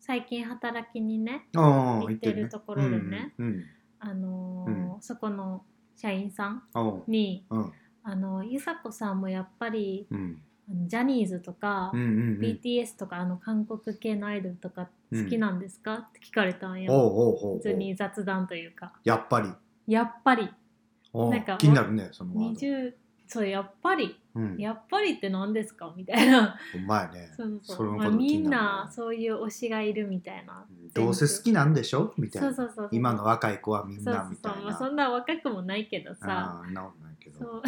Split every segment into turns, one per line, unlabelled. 最近働きにね
ああ
行ってるところでね。
うんうん
あのーそこの社員さん
ああ
に
うん
あのゆさこさんもやっぱり
うん
あのジャニーズとか、
うんうんうん
BTS とかあの韓国系のアイドルとか好きなんですか、って聞かれたんや
おうおうおうおう
普通に雑談というか
やっぱり
やっぱり
おう
なんか
気になるねそのワード
20そうやっぱり
うん
やっぱりって何ですかみたい な
うまいね
そうそう
それのこ
まあ、
と
み
気
ん
にな
な
るね
そういう推しがいるみたいな
どうせ好きなんでしょみたい
そう
な
そうそう
今の若い子はみん
そうそ
な
う
み
そ
た
う
い
まあ
な
そんな若くもないけどさ
ああんなことないけど
そう
う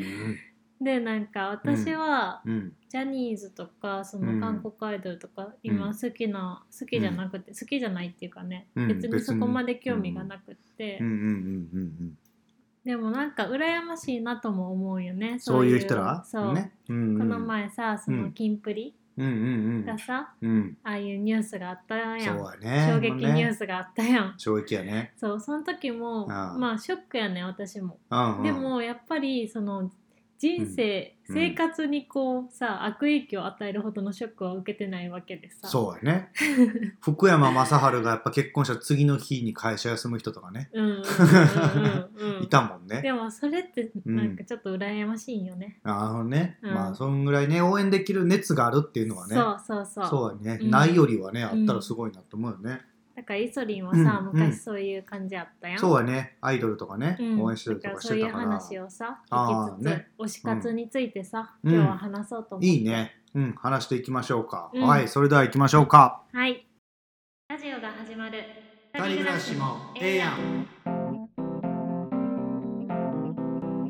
ん
でなんか私は
うん
ジャニーズとかそうの
ん
韓国アイドルとか今
うん
好きな好きじゃなくて好きじゃないっていうかね
うん
別にそこまで
別に
興味がなくって
うんうんうんうんうん
でもなんか羨ましいなとも思うよね
そういう人ら
そう
ねうんうん
この前さそうの
ん
キンプリ
うんうん
がさ
うんうん
ああいうニュースがあったやん
そう
衝
やね
撃ニュースがあったやん
衝撃やね
そうその時も
ああ
まあショックやね私も
うんうん
でもやっぱりその人生、
うん
生活にこうさ悪影響を与えるほどのショックは受けてないわけでさ
そうやね福山雅治がやっぱ結婚した次の日に会社休む人とかね
うんうんうんうん うん
いたもんね
でもそれって
うん
なんかちょっと羨ましいよね、
あのね、
うん
まあそんぐらいね応援できる熱があるっていうのはね
そうそうそう
そうやね、
うん
ないよりはねあったらすごいなと思うよね、
だからイソリンはさ、
うん
昔そういう感じあったやん
そうはねアイドルとかね、
うん
応援してると
だか
からし
そう
て
いう
たから
話をさ
あ
引き
ー
つつ、
ね
推し活についてさ、
うん
今日は話そうと思って
いいねうん話していきましょうか、
うん
はいそれでは行きましょうか
はいラジオが始まる
ん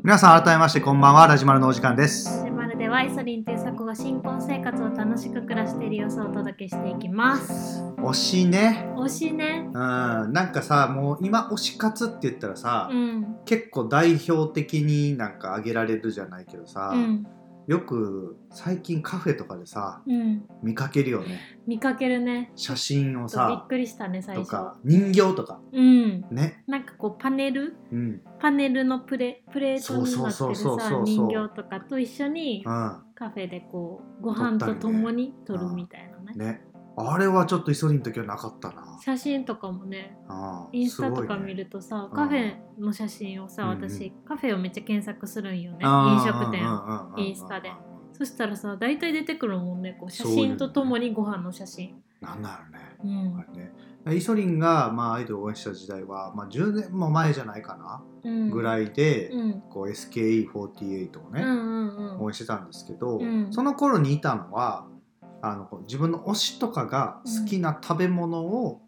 皆さん改めましてこんばんはラジマルのお時間です
始まるでワイソリンという作が新婚生活を楽しく暮らしている様子をお届けしていきます。
推しね
推しね、
うんなんかさもう今推し活って言ったらさ、
うん、
結構代表的になんか挙げられるじゃないけどさ、
うん、
よく最近カフェとかでさ
うん、
見かけるよね
見かけるね。
写真を
ちょっとび
さ
っくりしたね最
と
初。
か人形とか
うん、
ね、
なんかこうパネル、
うん
パネルのプレプレートになって
そう
る
そうそうそうそ
さ
う
人形とかと一緒に
うん
カフェでこうご飯とともに撮るみたいなね。
ね、あれはちょっと急ぎの時はなかったな
写真とかもね
ああ
インスタと
すご
か
いね
見るとさ、
うん
カフェの写真をさ
うんうん
私カフェをめっちゃ検索するんよね飲
ああ
食店
うんうんうんうんうん
インスタでそしたらさ大体出てくるもんねこう写
そういう
真
の
とともにご飯の写真
なんだろうね
うん
あれねイソリンが、まあ、アイドルを応援した時代は、まあ、10年も前じゃないか
う
な、
ん
ぐ
い
らいで、
うん
こう SKE48 を
う
ね、
んうんうん
応援してたんですけど、
うん
その頃にいたのはあのこう自分の推しとかが好きな食べ物を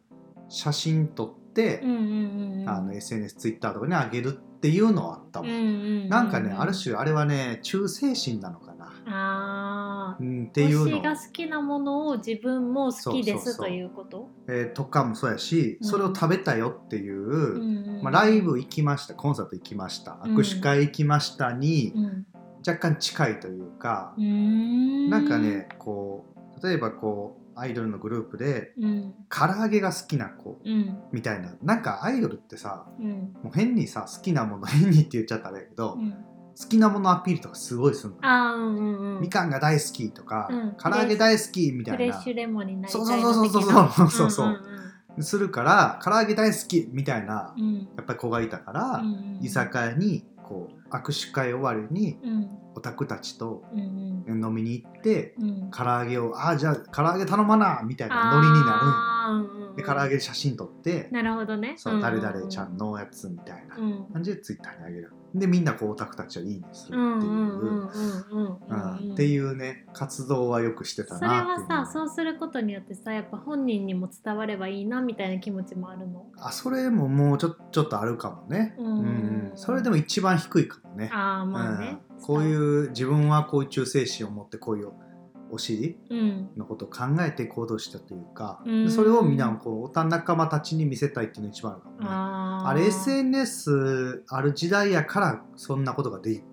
写真撮って、
うんうんうん
あの SNSTwitter とかにあげるっていうのはあった
う
も
ん
ん、
うん
なんかねある種あれはね忠誠心なのかな、
あー
うん、っていう
推
の
しが好きなものを自分も好きで
そう
す
そうそう
ということ
えーとかもそうやし、
うん
それを食べたよっていう、
うん
まあ、ライブ行きましたコンサート行きました
うん
握手会行きましたに
うん
若干近いというか、
うーん
なんかねこう例えばこうアイドルのグループで
うん
唐揚げが好きな子
うん
みたいななんかアイドルってさ
うん
もう変にさ好きなもの変にって言っちゃったらあれやけど、
うん
好きなものアピールとかすごいするの、
あーうんうんうん
みかんが大好きとか、
うん
唐揚げ大好きみ
フ
たい
レ
な
ッシュレモンになりた
そう
いな
そうそうそう
的な
そうそうそうんするから唐揚げ大好きみたいな、
うんうん
やっぱり子がいたから、
うんうん
居酒屋にこう握手会終わりに
うん
オタクたちと
うん
飲みに行って
うんうん
唐揚げを「ああじゃあ唐揚げ頼まな」みたいなノリになるんで唐揚
げ
げ写真撮って
なるほどね
「そう誰々ちゃんのやつ」みたいな
うん
感じでツイッターにあげるでみんなこうオタクたちをいいねする
う
っ
ん
て
う
い
んう
う。
んうんうん
う
うん
ん
うん
っていうね活動はよくしてた
それは
なっていう
さそうすることによってさやっぱ本人にも伝わればいいなみたいな気持ちもあるの
あそれももうちょちょっとあるかもね、
うん
うんそれでも一番低いかもね
ああまあね
うん、こういうう自分はこういう忠誠心を持ってこういうお尻
うん
のことを考えて行動したというか、
うん
それをみんなこうおた仲間たちに見せたいっていうのが一番あるかもねあ
あー
れ SNS ある時代やからそんなことがで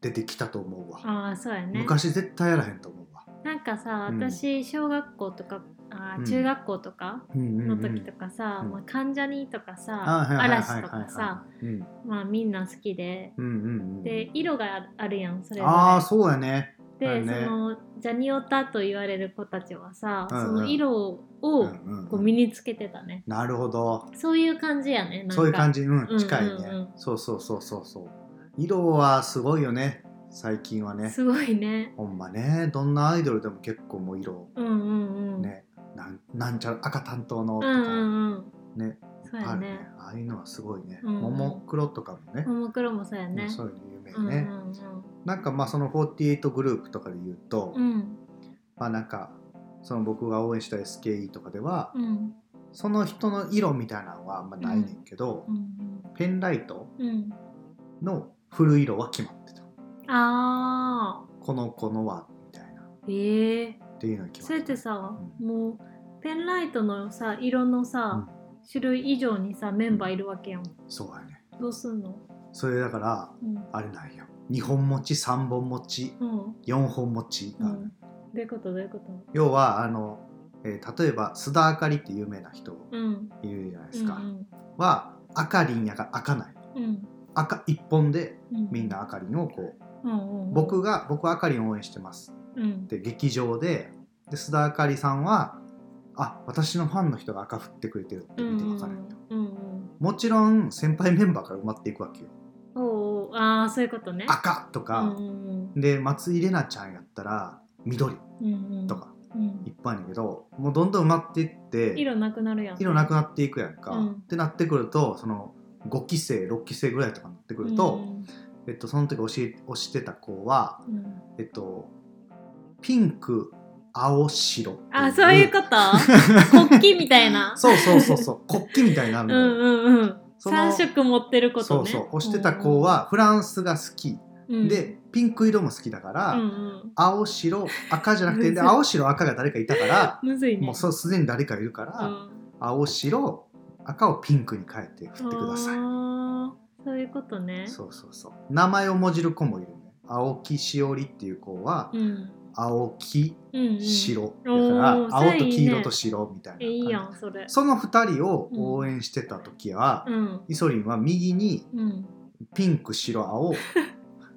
出てきたと思うわ、
あーそうやね
昔絶対やらへんと思うわ、
なんかさ
うん
私小学校とかあー
うん
中学校とか
うんうんう
の
ん
時とかさ
うん
まあ関ジャニとか
あ
さ
はいはいは
嵐
い
と
はい
かさ
はいうん
まあみんな好きで
うんうんうん
で色があるやんそれぞれ
ああそうやね
で、
うんね
そのジャニオタと言われる子たちはさ、
うんうん
その色を
うん
こ
うん
う身につけてたね、
なるほど
そういう感じやねなんか
そういう感
じ
じうん近いね、
うんうんうん
そうそうそうそうそう色はすごいよね最近はね
すごいね
ほんまねどんなアイドルでも結構もう色
うんうんうん、
ね、なんなんちゃら赤担当のと
う
か、
んうんうん
ね
そうや
ある
ね
ねああいうのはすごいね、
うん
ももクロとかもね、
ももクロもそうやね
もうそういうの有名ね、
うんうん
なんかまあその48グループとかで言うと、
うん
まあなんかその僕が応援した SKE とかでは、
うんうん
その人の色みたいなのはあんまないねんけど、
うん
ペンライト
うん
のフル色は決まってた
あ
この子のはみたいな
ーええ
っていうのが決
そ
ま
うや
っ
ってて
た
さ、もうペンライトのさ色のさ、種類以上にさメンバーいるわけやん
そうやね
どうすんの
それだから
うん
あれなんよ2本持ち3本持ち
うん
4本持ち
う
があ
ん
る、
どういうことどういうこと
要はあの、えー例えば須田あかりって有名な人
うん
いるじゃないですか、
うん
はあかりんやが開かない
うん
赤一本で
うん
みんなあかりんをこう
うんうん
僕が僕はあかりんを応援してます
うん
で劇場でで須田あかりさんはあ私のファンの人が赤振ってくれてるって見て分かる、
うんうん
もちろん先輩メンバーから埋まっていくわけよ
おうおうああそういうことね
赤と
う
か、
ん
で松井玲奈ちゃんやったら緑
うんうんうん
とか
うん
いっぱいあるんやけどもうどんどん埋まっていって
色なくなるやん
色なくなっていくやんか、
うん
ってなってくるとその5期生6期生ぐらいとかになってくると、えっと、その時教え推してた子は、
うんうん
えっと、ピンク青白って
あそういう こと国旗みたいな
そうそうそうそう 国旗みたいになる
う
のよ
んうんうん
その
三色持ってることね
そうそう推してた子はフランスが好き、
うんうん
でピンク色も好きだから、
うんうん
青白赤じゃなく てで青白赤が誰かいたから
むずいね
もうそうすでに誰かいるから、
うん
青白赤をピンクに変えて振ってください、
あーそういうことね
そうそうそう名前をもじる子もいるね青木しおりっていう子は、
うん
青木
うんうん
白、
うん
だから
おー
青と
それいいね
黄色と白みたいな
え
感じ
いいやんそれ
その2人を応援してた時は、
うん
イソリンは右に
うん
ピンク白青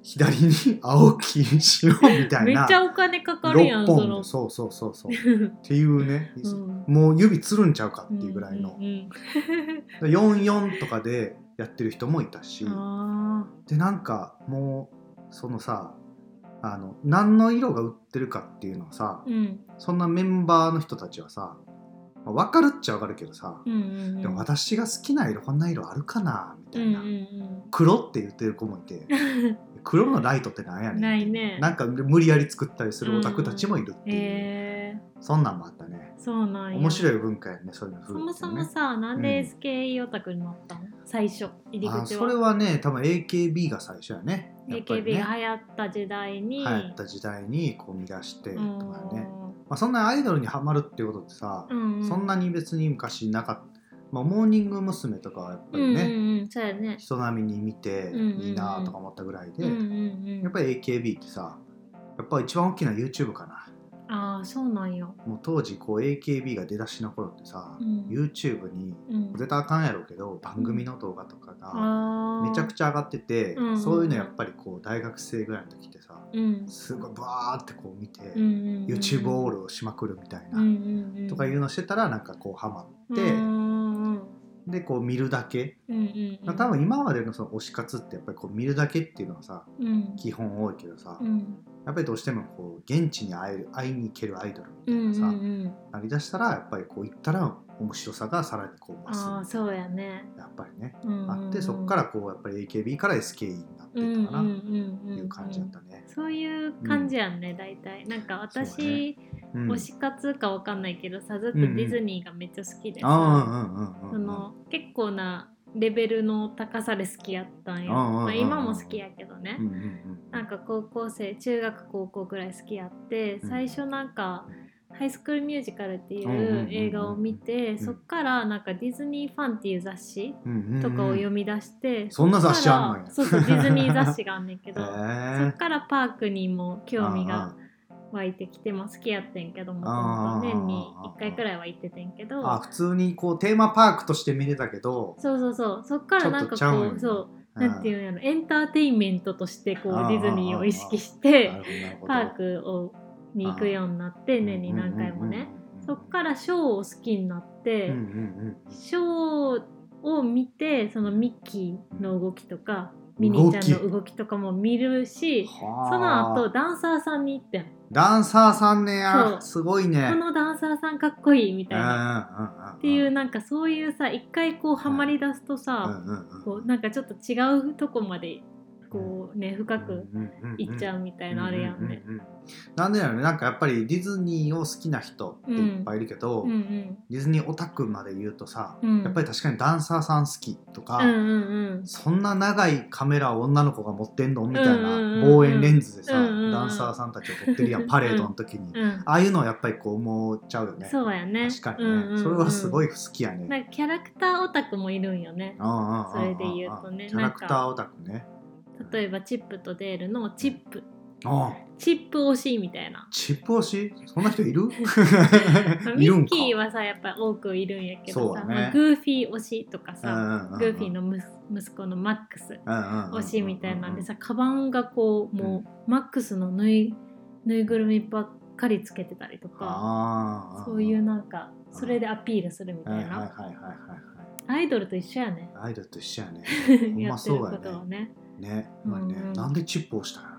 左に青黄白み た
め
い
っ
な
ちゃお金かかるや
6
んそ
本
の
でそうそうそう そうっ
う
ていうね、
ん
もう指つるんちゃうかっていうぐらいの
うん、うん
44とかでやってる人もいたし、
うんあ
でなんかもうそのさあの何の色が売ってるかっていうのはさ
ー、うん
そんなメンバーの人たちはさ、まあ分かるっちゃ分かるけどさ、
うんうんうん
でも私が好きな色こんな色あるかなみた
うん
いうな、
ん
黒って言ってる子もいて 黒のライトってなんや
う
ねん
んないね
なんか無理やり作ったりするオタクたちもいるっていう、
えー
そんなんもあったね
そうなんや
面白い文化やねそういうの
そ
風
も
って
そ
ね
もさ、なん
う
で
ん
SKE オタクになったの最初入り
あ
口
それ
は
はね多分 AKB が最初やねやっぱり
AKB
ね
が流行った時代に、
流行った時代にこう見出してとかね、
う
まあ、そんなアイドルにハマるっていうことってさ、
ん
そんなに別に昔なかった、まあ、モーニング娘。とかはやっぱりね、
うんうんうん、そうやね、
人並みに見て
うんうんうん
いいなとか思ったぐらいで、
うんうんうん、
やっぱり AKB ってさやっぱ一番大きな YouTube かな
ああそうなんよ、
もう当時こう AKB が出だしの頃ってさ、
うん
YouTube に
うん、
出たらあかんやろうけど番組の動画とかが
あ
めちゃ
ゃ、
くちゃ上がってて、
うんうん
そういうのやっぱりこう大学生ぐらいの時ってさ
うん
すごいバーってこう見て、
うんうんうん、
YouTube オールをしまくるみたいな、
うんうんうん、
とかいうのしてたらなんかこうハマって、
うんうん
でこう見るだけ、
うんうんうん、
多分今までのその推し活ってやっぱりこう見るだけっていうのはさ
うん
基本多いけどさ、
うん
やっぱりどうしてもこう現地に会える会いに行けるアイドルみた
う
い
ん
な
う
さ、
んうん、
なりだしたらやっぱりこう行ったら面白さがさらにこう
あ
増
あ
す
そうやね、
やっぱりね、
うんうんうん、
あってそこからこうやっぱり AKB から SKE になっていったかな
うん
っ
うんうん
て
うん、
いう感じだったね。
そういう感じやんね、大体なんか
そうだね
私、
うん
推し活かわかんないけどさずっと
うん
デ
う
ィ
ん
ズニーがめっちゃ好きでさ、そ
ああうんうんうんうん
の結構なレベルの高さで好きやったんよ、
うんうんうんうん
まあ、今も好きやけどね、
うんうんうん
なんか高校生中学高校ぐらい好きやって
うん
最初なんか「ハイスクールミュージカル」ってい
うんうんうんう
うん映画を見て
ん
そっからなんかディズニーファンっていう雑誌
うんうん
とかを読み出して
そんな雑誌あんの
ん
や
そうそうディズニー雑誌があんねんけど、そ
へ
っからパークにも
え
興味
あ
が湧いてきてまあ好きやってんけどもともと年に1回くらいは行っててんけど
あああ普通にこうテーマパークとして見れたけど
そうそうそうそっからなんか
ちょっとちゃう
こ
ん
う
や
そうなんて
う
いうんやろエンターテインメントとしてこうデ
あー
ィズニーを意識し
ん
て
なるほど
パ
な
ー
るほど
クをに行くようになって年に何回もね。そっからショーを好きになって、
うんうんうん
ショーを見てそのミッキーの動きとかミニー
動
ち
き
ゃんの動きとかも見るし
はあ
その後ダンサーさんに行ってん
ダンサーさんね
そう
やすごいね
このダンサーさんかっこいいみたいな。
っ
っていうなんかそういうさ一回こうハマり出すとさ、こうなんかちょっと違うとこまでこうね深くいっちゃうみたいなあれやんね。
うううなんでだろうねなんかやっぱりディズニーを好きな人っていっぱいいるけど、
うんうん
ディズニーオタクまで言うとさ、
うん
やっぱり確かにダンサーさん好きとか、
うんうん
そんな長いカメラを女の子が持ってんのみたい
うんうんうん
な望遠レンズでさ、
うんうんうん
ダンサーさんたちを撮ってるやんパレードの時に、
うんうん
ああいうのはやっぱりこう思っちゃうよね
そうやね。
確かにね、
うんうんうん
それはすごい好きやね
なんかキャラクターオタクもいるんよね。
うんうんんんん
それで言うとね
キャラクターオタクね
例えばチップとデールのチップ、
ああ。
チップ惜しいみたいな
チップ推しそんな 人いる い
ミ
る
ッ
んか
キーはさやっぱ多くいるんやけどさ、
そうだね
まあグーフィー推しとかさ、
グ
グーフィーのむす息子のマックス推しみたいなんでさカバンがこうもうマックスのぬいぬいぐるみばっかりつけてたりとか
ああ
そういううなんかそれでアピールするみた
はいいはいはい
な
はいはい
アイドルと一緒やね
アイドルと一緒 やねん
や
ま
ってる
そ
こ
うやね
とはね
ねうまいね、
うんうん
なんでチップをしたのよ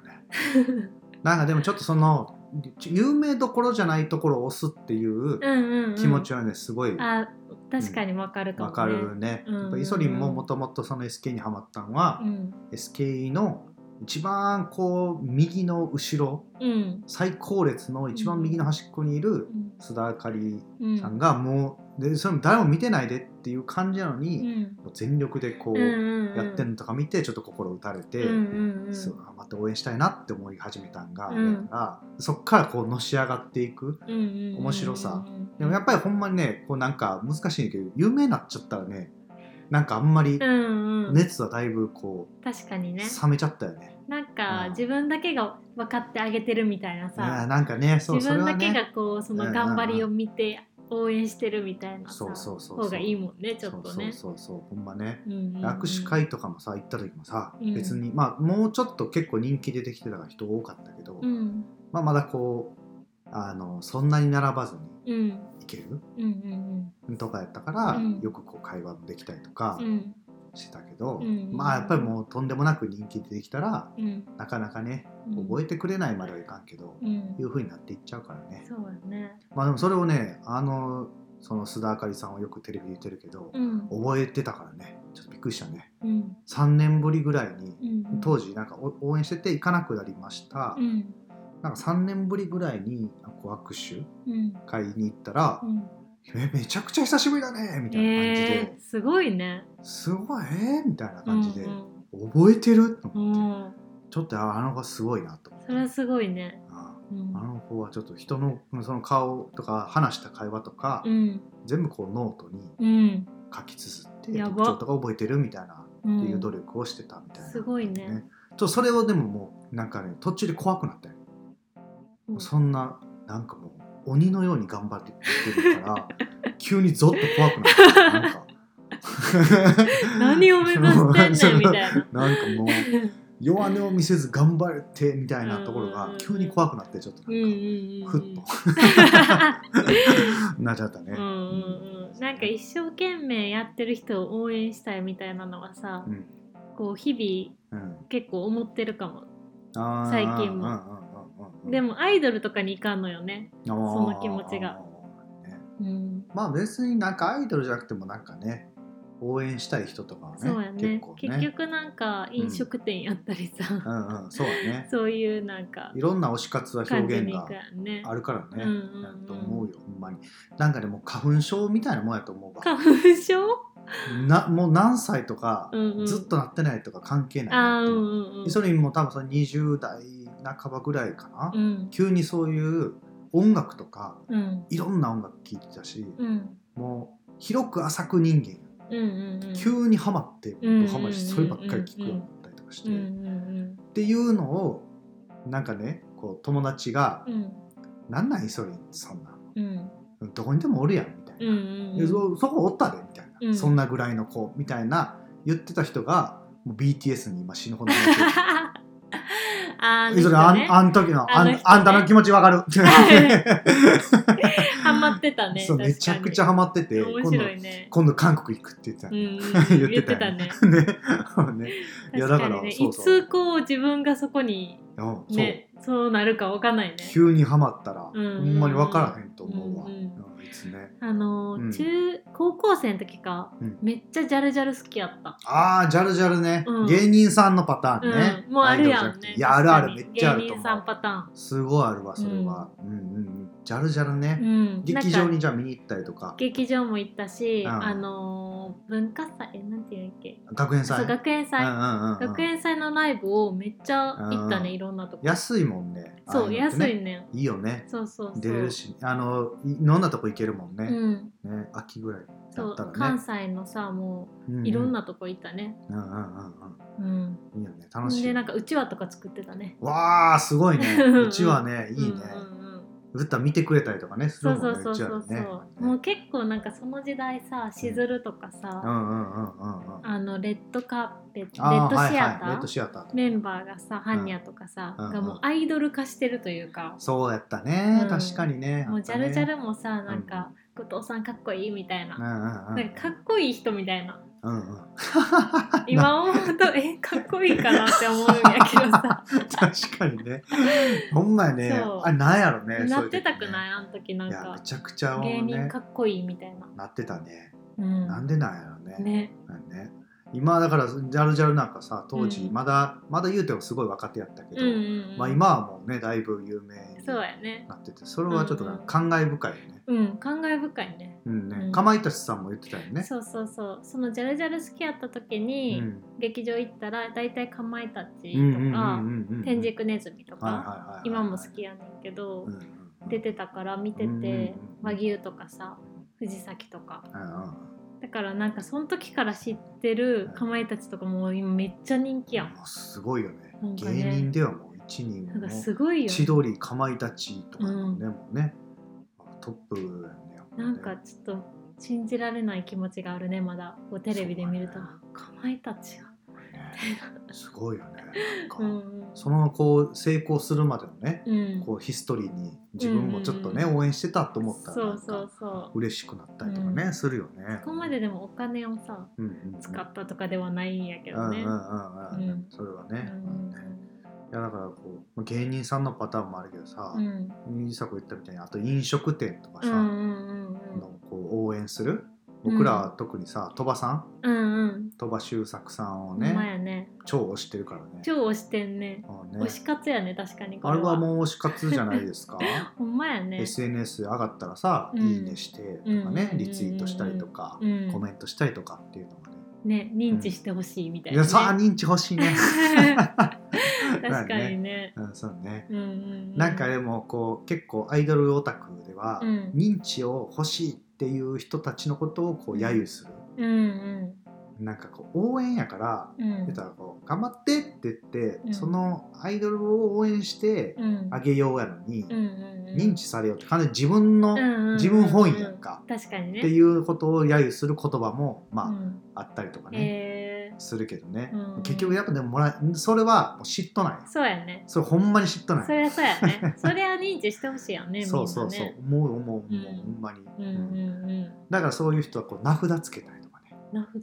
ねなんかでもちょっとその有名どころじゃないところを押すっていう
うんうんうん
気持ちはねすごいわ
あ確かにわかるかもね
かるね、
うんうんうん
やっぱイソリンももともとその SK にハマったのは
う、ん
SKE の一番こう右の後ろ
うん
最後列の一番右の端っこにいる
うん
須田あかり
うん
さんがもう、でそれも誰も見てないでっていう感じなの
う
に、
ん
もう全力で
う
こ
ん
う
うん
や
うん
ってるのとか見てちょっと心打たれて、
うんうんうん
そう頑張って応援したいなって思い始めたんが、
うん
だからそっからこうのし上がっていく
うんうんうん
面白さ
うん
でもやっぱりほんまにねこうなんか難しいけど有名になっちゃったらねなんかあんまり
うんうん
熱はだいぶこ
確かに
う
ね
冷めちゃったよね。
なんか、
うん
自分だけが分かってあげてるみたいない
や
さ、
なんかねそう
自
それ
分
は
だけ
ね
がこうそ
うん
の
うんうん
頑張りを見て応援してるみたいなさ、
そうそうそうそう
方がいいもんねちょっとね。
そうそうそうそうほんまね
うんうんうん
握手会とかもさ行った時もさ、
うん
別にまあもうちょっと結構人気出てきてたから人多かったけど、
うん
まあ、まだこうあのそんなに並ばずに
うん
行ける
うんうん
とかやったから、
うん
よくこう会話もできたりとか
うんうん
してたけど、
うん
まあやっぱりもうとんでもなく人気出てきたら
うん
なかなかね
うん
覚えてくれないまではいかんけど、
うん
いう風になっていっちゃうからね。
そうやね。
まあでもそれをねあのその須田あかりさんはよくテレビで言ってるけど、
うん
覚えてたからねちょっとびっくりしたね
うん
3年ぶりぐらいに
うん
当
時
時なんかお応援してて行かなくなりました、
うん
なんか3年ぶりぐらいにこう握手
うん
会に行ったら
う、ん
えめちゃくちゃ久しぶりだねみたいな感じ
え
で
ー、、すごいね。
すごいえー、みたいな感じで、
うん
覚えてると
う
思って、
ん、うん
ちょっとああの子すごいなと思って
それはすごいね。
あ
う
ああ
ん
の子はちょっと人のその顔とか話した会話とか、
うん
全部こうノートに
うん
書き綴って
や
特
ば
徴とか覚えてるみたいな
うん。
っていう努力をしてたみたいな、
すごいね
ちょっとそれをでももうなんかね途中で怖くなった
う
よ、
ん
そんななんかもう鬼のように頑張ってってるから 急にゾッと怖くなったなんか
何を目指してんねんみたいな
なんかもう弱音を見せず頑張ってみたいなところが急に怖くなってちょっと
うん
な
うんうんう
ん
ん
かふっとなっちゃったね、
うんうんうん、なんか一生懸命やってる人を応援したいみたいなのはさ、
うん
こう日
うん
々結構思ってるかも
あー
最近も
うんうんうんうん
でもアイドルとかに行かんのよね、
そ
の気持ちが。
ね
うん、
まあ別になんかアイドルじゃなくてもなんかね応援したい人とかはね
そうやね
結構ね
結局なんか飲食店やったりさ、
うんうん、そうやね
そういうなんか
いろんな推し活は
感
表
じ
現
に行
が
くやんね
あるからね、
うんうんうん
やと思うよほんまになんかでも花粉症みたいなもんやと思うわ
花粉症、
なもう何歳とか、
うんうん、
ずっとなってないとか関係ない
あー
なと
うんうん
思う
うん
イソリンも多分その20代半ばぐらいかな、
うん
急にそういう音楽とか
うん
いろんな音楽聴いてたし、
うん
もう広く浅く人間や
うんうんうん
急にハマって
うん
ハマりしてそればっかり聞くようになったりとかして、
うん
っ
うん
ていうのをなんかねこう友達が
うんうん
「なんなんそれそんな
うん
どこにでもおるやん」みたい
うん
な、でそ「そこおったで」みたいな、
うん
そんなぐらいの子」みたいな言ってた人がもう BTS に今死ぬほど
あ
それあんあん時のあ
あの
ん
人ね
あんたの気持ちわかる
ハマってたね。
そうめちゃくちゃハマってて
確かに
今
面
度
白いね。
今度韓国行くって言ってた、
うんうん
言
言って
っ
て
た
た
よ
ね。
ね ねいやだ
確
から
にね
そう
い
そう
つこう自分がそこに
うんそう、
ねそうなるかわかんないね。
急にハマったら、
うんうんうん
ほんまに分からへんと思うわ、
う
うんん
う
いつね
あの
うん
中高校生の時か
うん
めっちゃジャルジャル好きやった。
ああジャルジャルね、
うん
芸人さんのパターンね、
うんもうあるやんね。
いやあるある
確
め
か
っ
に
ちゃあると
芸人
思う
さんパタ
すごいあるわそれは、うん、うんうんジャルジャル
ーン。う
ね、
ん。
劇場
なん
に
か
じゃあ見に行ったりとか
劇場も行ったし、
うん
あのー文化祭えなんていうんやっけ。
学園祭
そう学園祭。
うんうんうんうん
学園祭のライブをめっちゃ行ったね、
うん
いろんなとこ。
安いもんね
そ
ああ
う、
うのって
安
ね
いね。
いいよね
そうそうそう。
出れるしあのいいろんなとこ行けるもん
う
ね,、
ん。
ね秋ぐらいだ
そ
っ
う、
たら
関
ね
西のさ、も
うう
ういろんなとこ行ったね。
うんうん
う
うん
ん。
うんいいよね楽しい
で、なんかうちわとか作ってたね。
わあすごいね
うん
うちはねいい
う
ね、
んうんうん
うったら見てくれたりとかねす
そ
る
う
もんね
そうそう
ち
そ
は
うそう、
ね
もう結構なんかその時代さしずるとかさ、
うんうんうんうんうん
あのレッドカーペット
あ
レ
ー
ッドシアター、
はいはい、レッドシアター
メンバーがさハンニャとかさ、
うん
がもうアイドル化してるというか、
そうやったね、
うん
確かにね
もうジャルジャ
ル
ルもさなんか、後藤さんかっこいいみたいな、
うんうんう
な
ん
んかかっこいい人みたいな
うんうん
今思うとえかっこいいかなって思うんやけどさ
確かにねほんまやね
そう
あれなんやろ ね
なってたく
い
ないあの時なん
いや
か
めちゃくちゃ
芸人
ね
かっこいいみたいな、
なってたね
うん、
なんでなんやろね
ね
なんね今だからジャルジャルなんかさ当時
うん
まだ、まだ言うてもすごい若手やったけ
う
ど、
んうんうん
まあ、今はもうねだいぶ有名に
そうやね
なっててそれはちょっとなんか感慨深いよね,、
うん感慨深いね
うんね
うん
かまいたちさんも言ってたよね
そうそうそうそのジャルジャル好きやった時に、
うん
劇場行ったら大体かまいたち
うんうん
とか
うんうんうん
天竺ネズミと
はいはい
か
はいはい
今も好きやねんけど
うんうんうん
出てたから見て
うんうんうん
て和牛とかさ藤崎とか
うんうん
だからなんかその時から知ってるかまいたちとかも今めっちゃ人気やん
もうすごいよね
なんか
芸
ね
人ではもう一人
なんか
の
すごいよ
千鳥かまいたちとかね、
うん
もうねトップだよね
なんかちょっと信じられない気持ちがあるねまだこうテレビで見ると
そうだ
かまいたちや
すごいよねなんか、
うん
そのこう成功するまでのね
うん
こうヒストリーに自分もちょっとね、
うん
応援してたと思ったら
そ
な
うんそう
か
そう
嬉しくなったりとかね、
うん
するよね。
そこまででもお金をさ
うんうんうん
使ったとかではないんやけどね。
うんうんうんうん
うん
それは
う
ね、
ん
いやだからこう芸人さんのパターンもあるけどさ
う、ん
いさこ言ったみたいにあと飲食店とか
う
さ、
んうん
のこう応援する僕らは特にさ鳥羽さん
うんうん
鳥羽周作さんを
うん。ま
ね
やね。
超推してるからね
超推してんね。
うんね
推し活やね確かにこ
あ
れ
れ
は。
はもう推し活じゃないですか
ほんまや ね。
SNS 上がったらさ「
うん
いいね」してとかね
うん
リツイートしたりとか
うん
コメントしたりとかっていうのがね
ね認知してほしいみたい
い
な、
や
ね。
さあ認知欲しいね
確かに
ね
ね。
うんそうね
うんうんう。
なんかでもこう結構アイドルオタクでは
うん
認知を欲しいっていう人たちのことをこう揶揄する
うんうん
なんかこう応援やから
うん。
言ったらこう頑張ってって言って、
うん
そのアイドルを応援して
うん。
あげようやのに、
うんうんうん。
認知されようって完全に自分の、
うんうんうんうん
自分本位やんか、
確かにね。
って
う。
いうことを揶揄する言葉もまあ、
ん、
あったりとかね、
え
するけどね、
うん
結局やっぱでももらえそれはもう嫉妬なんや
ー、そうやね。
それほんまに嫉妬なん
そ
や
りゃそうや ね。そりゃ認知してほしいよね。みんなね
そうそうそう思う思う思う、
うん
ほんまに、
うんうんうん。
だからそういう人はこう名札つけたりとかね、
名札。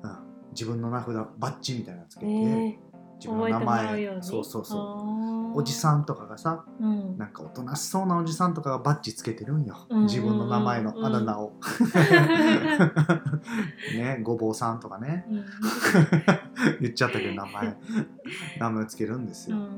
うん、自分の名札バッジみたいなのつけ
え
て、
え
自分
覚え
の名
てもらうよう
前
に
そうそうそう
う
おじ
ん、
さんとかがさ
うん、
なんかおとなしそうなおじさんとかがバッジつけてるんよ、
うんうんうん
自分の名前のあ だ名を、ねごぼうさんとかね
うん
言っちゃったけど名 前名前つけるんです
うん
よ、
うん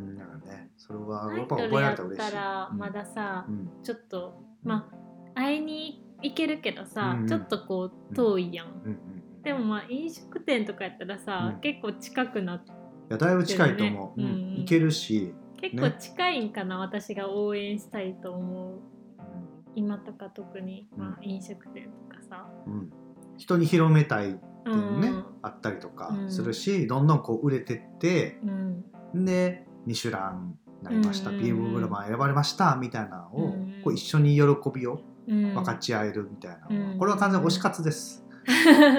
うん、だからねそれ
う
は
ん
やっぱ
アイドル
覚え
や
られたら
っ
嬉
た
しい、
ら
うん
まださ、
うん
ちょっとまあ会いに行けるけどさ、
うんうん
ちょっとこう遠いやん、
うんうんうん
でもまあ飲食店とかやったらさ、
うん
結構近くなって
いやだいぶ近いと思う、
ね
うん
うんうん
いけるし、
結構近いんかな、私が応援したいと思う
う
今とか特に、
うん
まあ、飲食店とかさ、
んうん人に広めたいって
う
いうの
ん
ね、あったりとか
うん
するし、どんどんこう売れてって
うん
でミシュランになりました、
うんうんうん
ビームブルマン選ばれましたみたいなのを、
うんうん
こう一緒に喜びを
うん、
分かち合えるみたいなのは、
うん
これは完全に推し活です、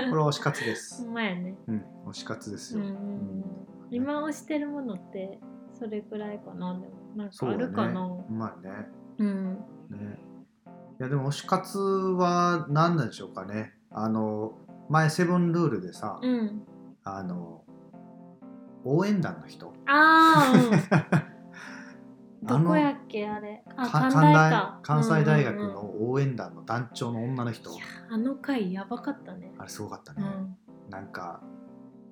これは推し活です
ほ。んまやね。
うん、推し活です
う
よ。
んうんうん、今推してるものってそれくらいかなでもなん
そ
か
う
あ
だね
るかなう,、
うまいね。
ん
ね。いやでも推し活は何なんでしょうかね。あの前セブンルールでさ、
うん
あの応援団の人。
ああ、うん、
あ
ど
の
こやっけあれあ
か
関
関
大
大
か
関西大学
うんうんうん
の応援団の団長の女の人、
いやあの回やばかったね
あれすごかった
う
ね、
ん
なんか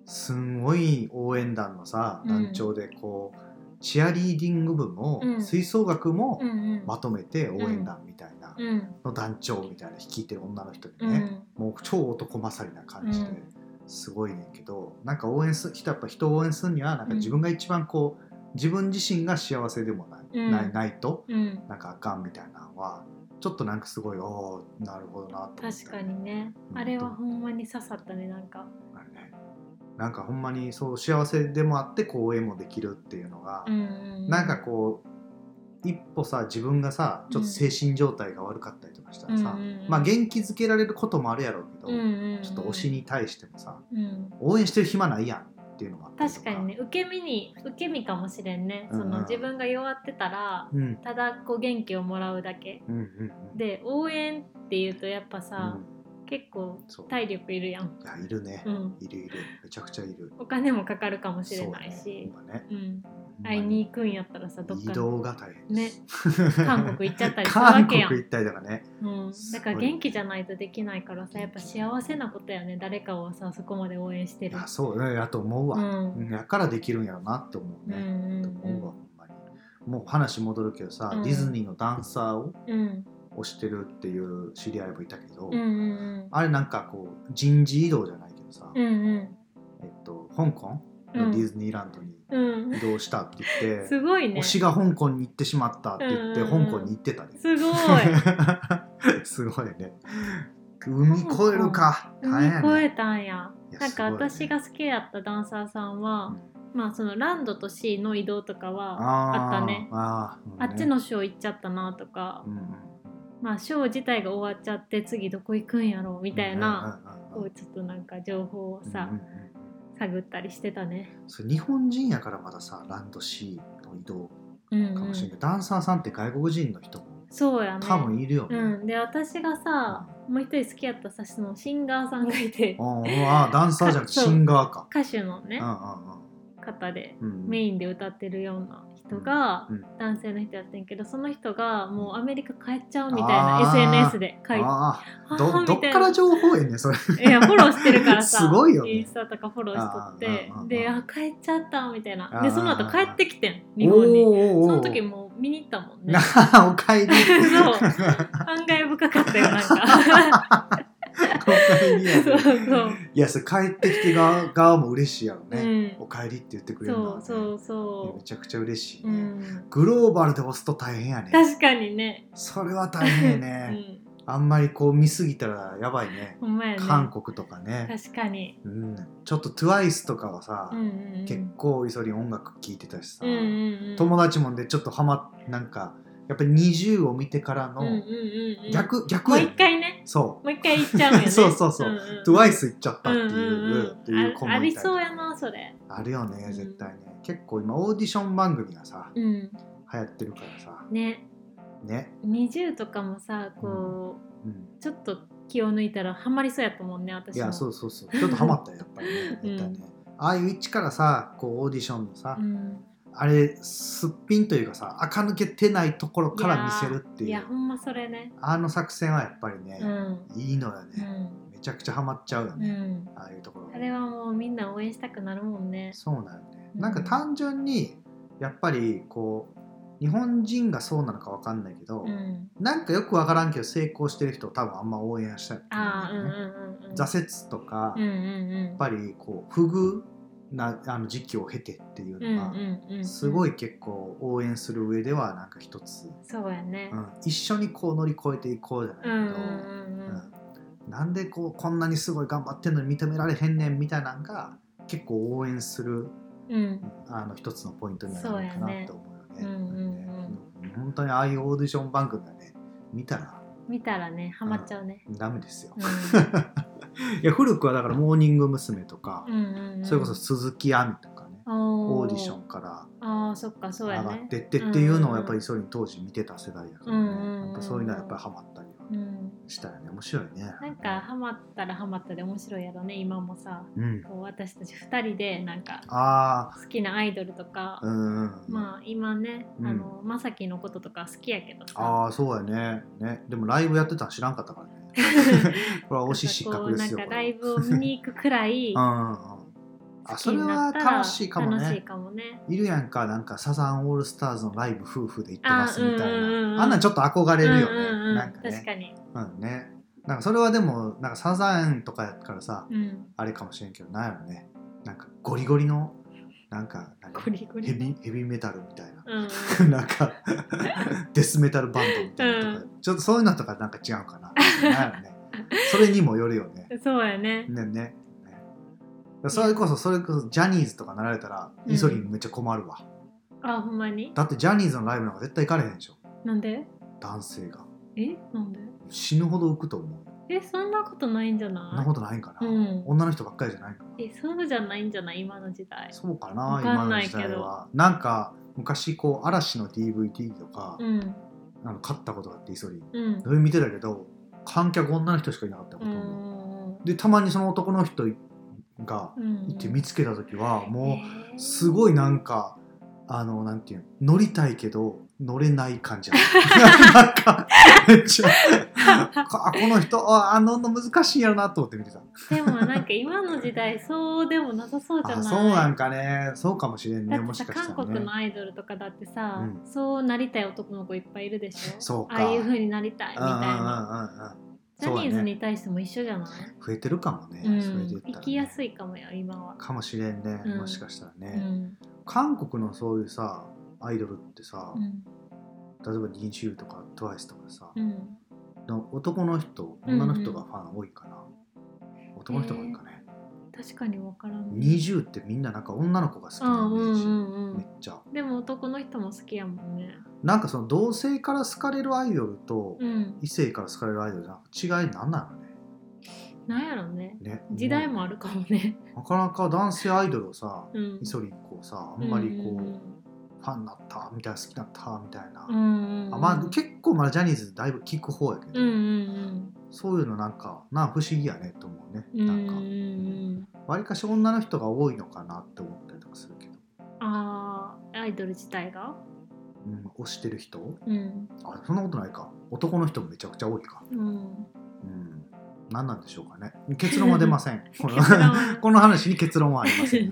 すんごい応援団のさ
うん
団長でこうチアリーディング部も、
うん
吹奏楽も
うんうん
まとめて応援団みたいな、
うん
の団長みたいな率いてる女の人で
う
ね、
ん
もう超男勝りな感じで、
うん
すごいねんけどなんか応援す人やっぱ人を応援するにはなんか自分が一番こう、自分自身が幸せでもない,、
うん
ないないと
うん
なんかあかんみたいなのはちょっとなんかすごいおーなるほどなと思って
確かにね
うん
あれはほんまに刺さったねなんか
あれねなんかほんまにそう幸せでもあってこう応援もできるっていうのが、
うんうん
なんかこう一歩さ自分がさちょっと精神状態が悪かったりとかしたらさ、
うんうんうん
まあ元気づけられることもあるやろうけど、
うんうんうん
ちょっと推しに対してもさ
うん
応援してる暇ないやんっていうのもあったりと
確かにね受け身に受け身かもしれんね、
うんうん
その自分が弱ってたら
うんうん
ただこう元気をもらうだけ
うんうん
で応援っていうとやっぱさ、
うん
結構
そう
体力いるやん、
いやいるね、
うん、
いるいるめちゃくちゃいる
お金もかかるかもしれない
そうね
し
今ね
う、ん、
ほんま
会いに行くんやったらさどっ
移
か
動
に
が大変です
ね韓国行っちゃったりするわ
韓
け
国
やん、
行ったりとかね
うん、だから元気じゃないとできないからさやっぱ幸せなことやね誰かをさそこまで応援して
い
る
やそうねやと思うわ、
うん
うんやからできるんやろなって思う
うんう
ね、
ん
と思うわほんまにもう話戻るけどさ、
うん
ディズニーのダンサーを
うんうん
推してるっていう知り合いもいたけど、
うんうん
あれなんかこう人事異動じゃないけどさ、
うんうん
えっと、香港
う
のディ
ん
ズニーランドに
うん
移動したって言 って、
すごいね
推しが香港に行ってしまったって言って、
うんうんうん
香港に行ってたね。
すごい
すごいね。海越えるか。大変やね
超えたんや
いや
なんか
すごいね
私が好きやったダンサーさんは、
うん
まあそのランドとシーの移動とかはあ
あー
あったね
あー、うんね
っち。のショー行っちゃったなとか、
うんうん
まあショー自体が終わっちゃって次どこ行くんやろうみたいな、
うんうんうんうん
こうちょっとなんか情報をさ、
うんうんうん
探ったりしてたね。
それ日本人やからまださランド C の移動
うん
か
う
も
ん
しれない、ダンサーさんって外国人の人も
そうやね
多分いるよね、
うん、で私がさもう一人好きやったさそのシンガーさんがいて
あーあーダンサーじゃなくて
そう
シンガーか
歌手のね、
う
方で
んうんうんうん
メインで歌ってるような人が、
うん
男性の人やってんけどその人がもうアメリカ帰っちゃうみたい
あー
な SNS で書いて
ああ
あ
ど
ー
どっ
みたい
か
な
ら情報やねんそれ
いやフォローしてるからさ
すごいよね
インスタとかフォローしとっ
あー
て
あーあー
であ帰っちゃったみたいな
あー
でその後帰ってきてん日本に
おーおーおー
その時もう見に行ったもんね
なあ おかえり
そう
おか
感慨深かったよなん か
えりやね
そうそう、
いやそれ帰ってきて側側も嬉しいやろ
う
ね、
ん、
おかえりって言ってくれるの
そ
は
う
ね
そう
いやめ
そ、
ちゃくちゃ嬉しいう
う
ね、
ん、
グローバルで押すと大変やね
確かにね
それは大変やね、あんまりこう見すぎたらやばいね
うん、ほんまやね
韓国とかね、
確かに、
うん、ちょっと TWICE とかはさ、
うんうんうん、
結構イソリン音楽聴いてたしさ、
うんうんうん、
友達もんでちょっとハマなんかやっぱり20を見てか
う
ら
んうん
の
うんうん、
逆、逆
もう
や
一
ね
回ね
そ
もう一回行っちゃうよね
そうそうそうん
ん
う TWICE 行っちゃったっていう,、っていう子
あ
もいた
あ
り
りそうやなそれ
あるよ
う
ね
ん
絶対ね、結構今オーディション番組がさ
うん
流行ってるからさ
ね
ね、
20とかもさこ
うん、
うちょっと気を抜いたらハマりそうやったもんね私も
いやそうそうそうちょっとハマったよやっぱりね
うん
やったね、ああいう一からさこうオーディションのさ、
うん、
あれすっぴんというかさ垢抜けてないところから見せるって
い
いう
やほんまそれね
あの作戦はやっぱりね
う、ん
いいのよ
う
ね、
ん、
めちゃくちゃハマっちゃうよ
う
ね、
ん、
ああいうところ
あれはもうみんな応援したくなるもんね
そうなんよね、
うん
なんか単純にやっぱりこう日本人がそうなのかわかんないけど、
うん
なんかよくわからんけど成功してる人を多分あんま応援したい、
ああうんうんうんうん
挫折とか、
うん
やっ
うん
ぱりこう不遇なあの時期を経てっていう
うんうん
のが、
うんうん
すごい結構応援する上ではなんか一つ、
そうやね
うん一緒にこう乗り越えていこうじゃないけ
うんうんうん
ど、
うん
うんなんでこうこんなにすごい頑張ってんのに認められへんねんみたいなのが結構応援する
うん
あの一つのポイントになるのかなと思うよね
そうやねうんうん
うん本当にああいうオーディション番組はね見たら
見たらねハマっちゃうね、
ダメですよ
う。ん
いや古くはだからモーニング娘。とか、
うんうんうん
それこそ鈴木亜美とかねオーディションから
あーあーそっかそう
上
や
が
ね
ってってっていうのをやっぱりソリン当時見てた世代やからね、
うんうんうん
やっぱそういうのはやっぱりハマったりは
うん
したよね面白いね
なんかハマったらハマったで面白いやろね今もさ
うん
こう私たち2人でなんか
あ
好きなアイドルとか、
あうんうん
まあ今ね、
うん
あのまさきのこととか好きやけどさ
ああそうやねねでもライブやってたの知らんかったからね これは推し失格ですよ
なんかこうなん
こ
か
れ
ライブを見に行くくら い
うんうんうんあそれは楽しいかも
楽しい
ね
かもね
いるやんかなんかサザンオールスターズのライブ夫婦で行ってますみたいな
あ
あ,、
うんんうんうん
なんちょっと憧れるよね、
うんうんうん
なんか
確
ね
かに、
うんねなんかそれはでもなんかサザンとかやからさ
うん、
あれかもしれんけどなんやろねなんかゴリゴリのなんかなんか
ゴリゴリ
ヘビヘビメタルみたいな
うんうん
なんかデスメタルバンドみたいなとか、ちょっとそういうのとかなんか違うかななんやろねそれにもよるよね
そうやね
ねねねそれこそそれこそジャニーズとかなられたら
うん
イソリンめっちゃ困るわ、
あほんまに
だってジャニーズのライブなんか絶対行かれへんでしょ
なんで
男性が
えなんで
死ぬほど浮くと思う
えそんなことないんじゃ
そんな
な
ことないんか
い
な、
うん
女の人ばっかりじゃないかな
えそうじゃないんじゃない今の時代
そうかな
わか
今
ん
の
ない
時
けど
代はなんか昔こう嵐の DVD とか、
うん
あの買ったことがあってイソリン
うん
それ見てたけど観客女の人しかいなかったこ
う
と、
ん
でたまにその男の人が
うん
いて見つけた時はも
えー
うすごいなんかあのなんていうの乗りたいけど乗れない 感じなんかめっちゃあこの人ああのの難しいやろなと思って見てた
でもなんか今の時代そうでもなさそうじゃな
あ
い
そうなんかねそうかもしれん
だっ
ねも
て
し
さ、
かした
韓
ら
国
ね
のアイドルとかだってさ、
う
そうなりたい男の子いっぱいいるでしょ
そうか
ああいう風になりたいみたいな、
うんうんうんうんうん
ジャニー
そう
ズ
やね
に対しても一緒じゃない
増えてるかもね、
う,、
それ
ん
で言ったらね、
行きやすいかもよ今は、
かもしれんね、
うん
もしかしたら
う
ね、
ん
韓国のそういうさアイドルってさ、
うん
例えば NiziU とか TWICE とかさ、
うん、
の男の人女の人がファン多いかな、男の人が多いかね、
確かに分からんね
NiziU ってみんななんか女の子が好き
あ
なイ
う
メー
ん
ジ、
うんう
めっ
ん
ちゃ
でも男の人も好きやもんね
なんかその同性から好かれるアイドルと、
うん
異性から好かれるアイドルなんか違いなんなのね
なんやろね
ね
時代もあるかもね
なかなか男性アイドルをさ、
うん
イソリンこうさあんまりこう、ファンになったみたいな好きになったみたいな、
うんうんうん
あまあ結構まだジャニーズだいぶ聞く方やけど、
うんうん
そういうのなんかなあ不思議やねと思うね
うんうん
なん
うん
か
うん
わりかし女の人が多いのかなって思ったりとかするけど、
あーアイドル自体が
うん、推してる人
うん
あそんなことないか男の人もめちゃくちゃ多いか
うん
うん何なんでしょうかね結論は出ませ んこの
結論は
この話に結論はありません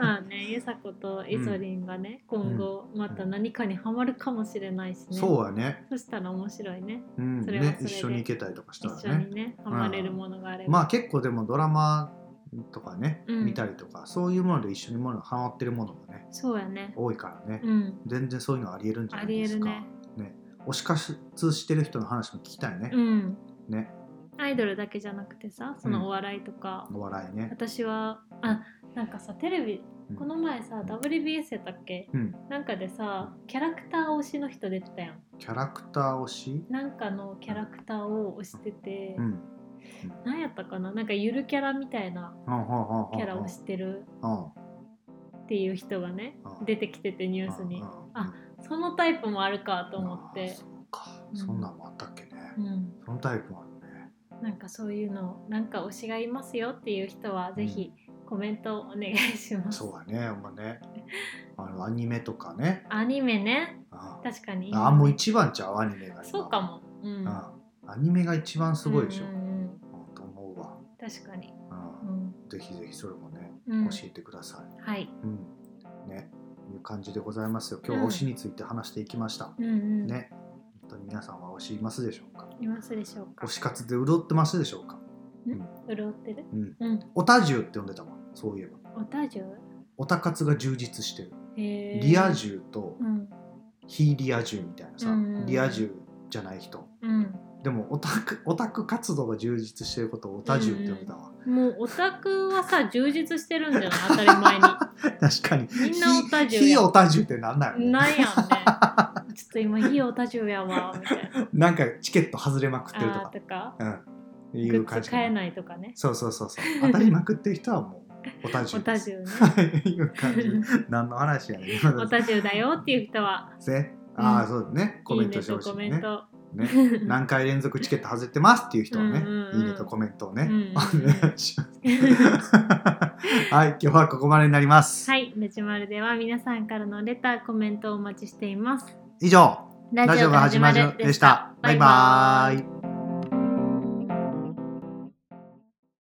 まあね、ゆさことイソリンがね、今後また何かにハマるかもしれないしね。
そうやね,、
そしたら面白いね。
うん、
それは
ね
それで
一緒に行けたりとかした
一
ら
緒
ね
にね、ハマれるものがあれば。
まあ結構でもドラマとかね、
うん
見たりとかそういうもので一緒にものハマってるものがね
そうやね。
多いからね、
うん。
全然そういうのありえるんじゃ
あ
ない
り
で
え
す
る
か
ね。
推し活してる人の話も聞きたいね、
うん。
ね
アイドルだけじゃなくてさ、そのお笑いとか、
お笑いね
私は、あなんかさ、テレビ、
うん
この前さ、WBS やったっけ
うん
なんかでさ、キャラクター推しの人出てたやん。
キャラクター推し、
なんかのキャラクターを推してて、
うん、
なんやったかななんかゆるキャラみたいな
ほんほんほんほ
キ
ん
ャラを推してる
うん
っていう人がね
うん
出てきててニュースに
うん
あそのタイプもあるかと思っ
あー
て
そうか
うん
そんなんもあったっけね、
うん
そのタイプもあるね
なんかそういうのなんか推しがいますよっていう人はぜひコメントお願いします
そうやねほんまねあのアニメとかね
アニメね
あ
確かに
ーあーもう一番ちゃうアニメが今
そうかもうん
うんアニメが一番すごいでしょ、
うんうんうん
うんと思うわ、
確かに
うん
うん
ぜひぜひそれもね、
うん
教えてください。
はい
うん、ね、いう感じでございますよ。今日は推しについて話していきました。
うんうん
ね、本当に皆さんは推しいますでしょうか。
いますでしょうか
推し活で潤ってますでしょうか。
潤ってる
うん、
うん
オタジュって呼んでたわ。そういえば、
オタジュ
オタ活が充実してる。
へー
リア充と
うん
非リア充みたいなさ、
うん
リア充じゃない人。
うん
でもオタ クオタク活動が充実してることをオタジュって呼んでたわ。
もうオタクはさ充実してるんじゃない当たり前に
確かに。
みんなオタジュや
非非オタジュってなんだよ、 ね。
なんやんね。ちょっと今いいオタジュやわみたいな。
なんかチケット外れまくってると
あ
か
ー。とか
うんい
グ
う
ッ
感
ズ
じ
買え
かな
ないとかね
そうそうそうそう当たりまくってる人はも うおたじゅ
お
うで
た
す
じゅうね
いう感 じ何の話やねん今
お
の
たじゅうだよっていう人は
ねああ
うん
そうだねコ
い
メ
い
ント
ね
して
と
ほしい
コメ
ね
ント
ね何回連続チケット外れてますっていう人はね、
うんうんうん
いいねとコメントを
うん
ね、
うんうん
お願いしますはい今日はここまでになります、
はい、ルチマルでは皆さんからのレター、コメントをお待ちしています。
以上
ラ
ラジオが始まるでしたバイバーイ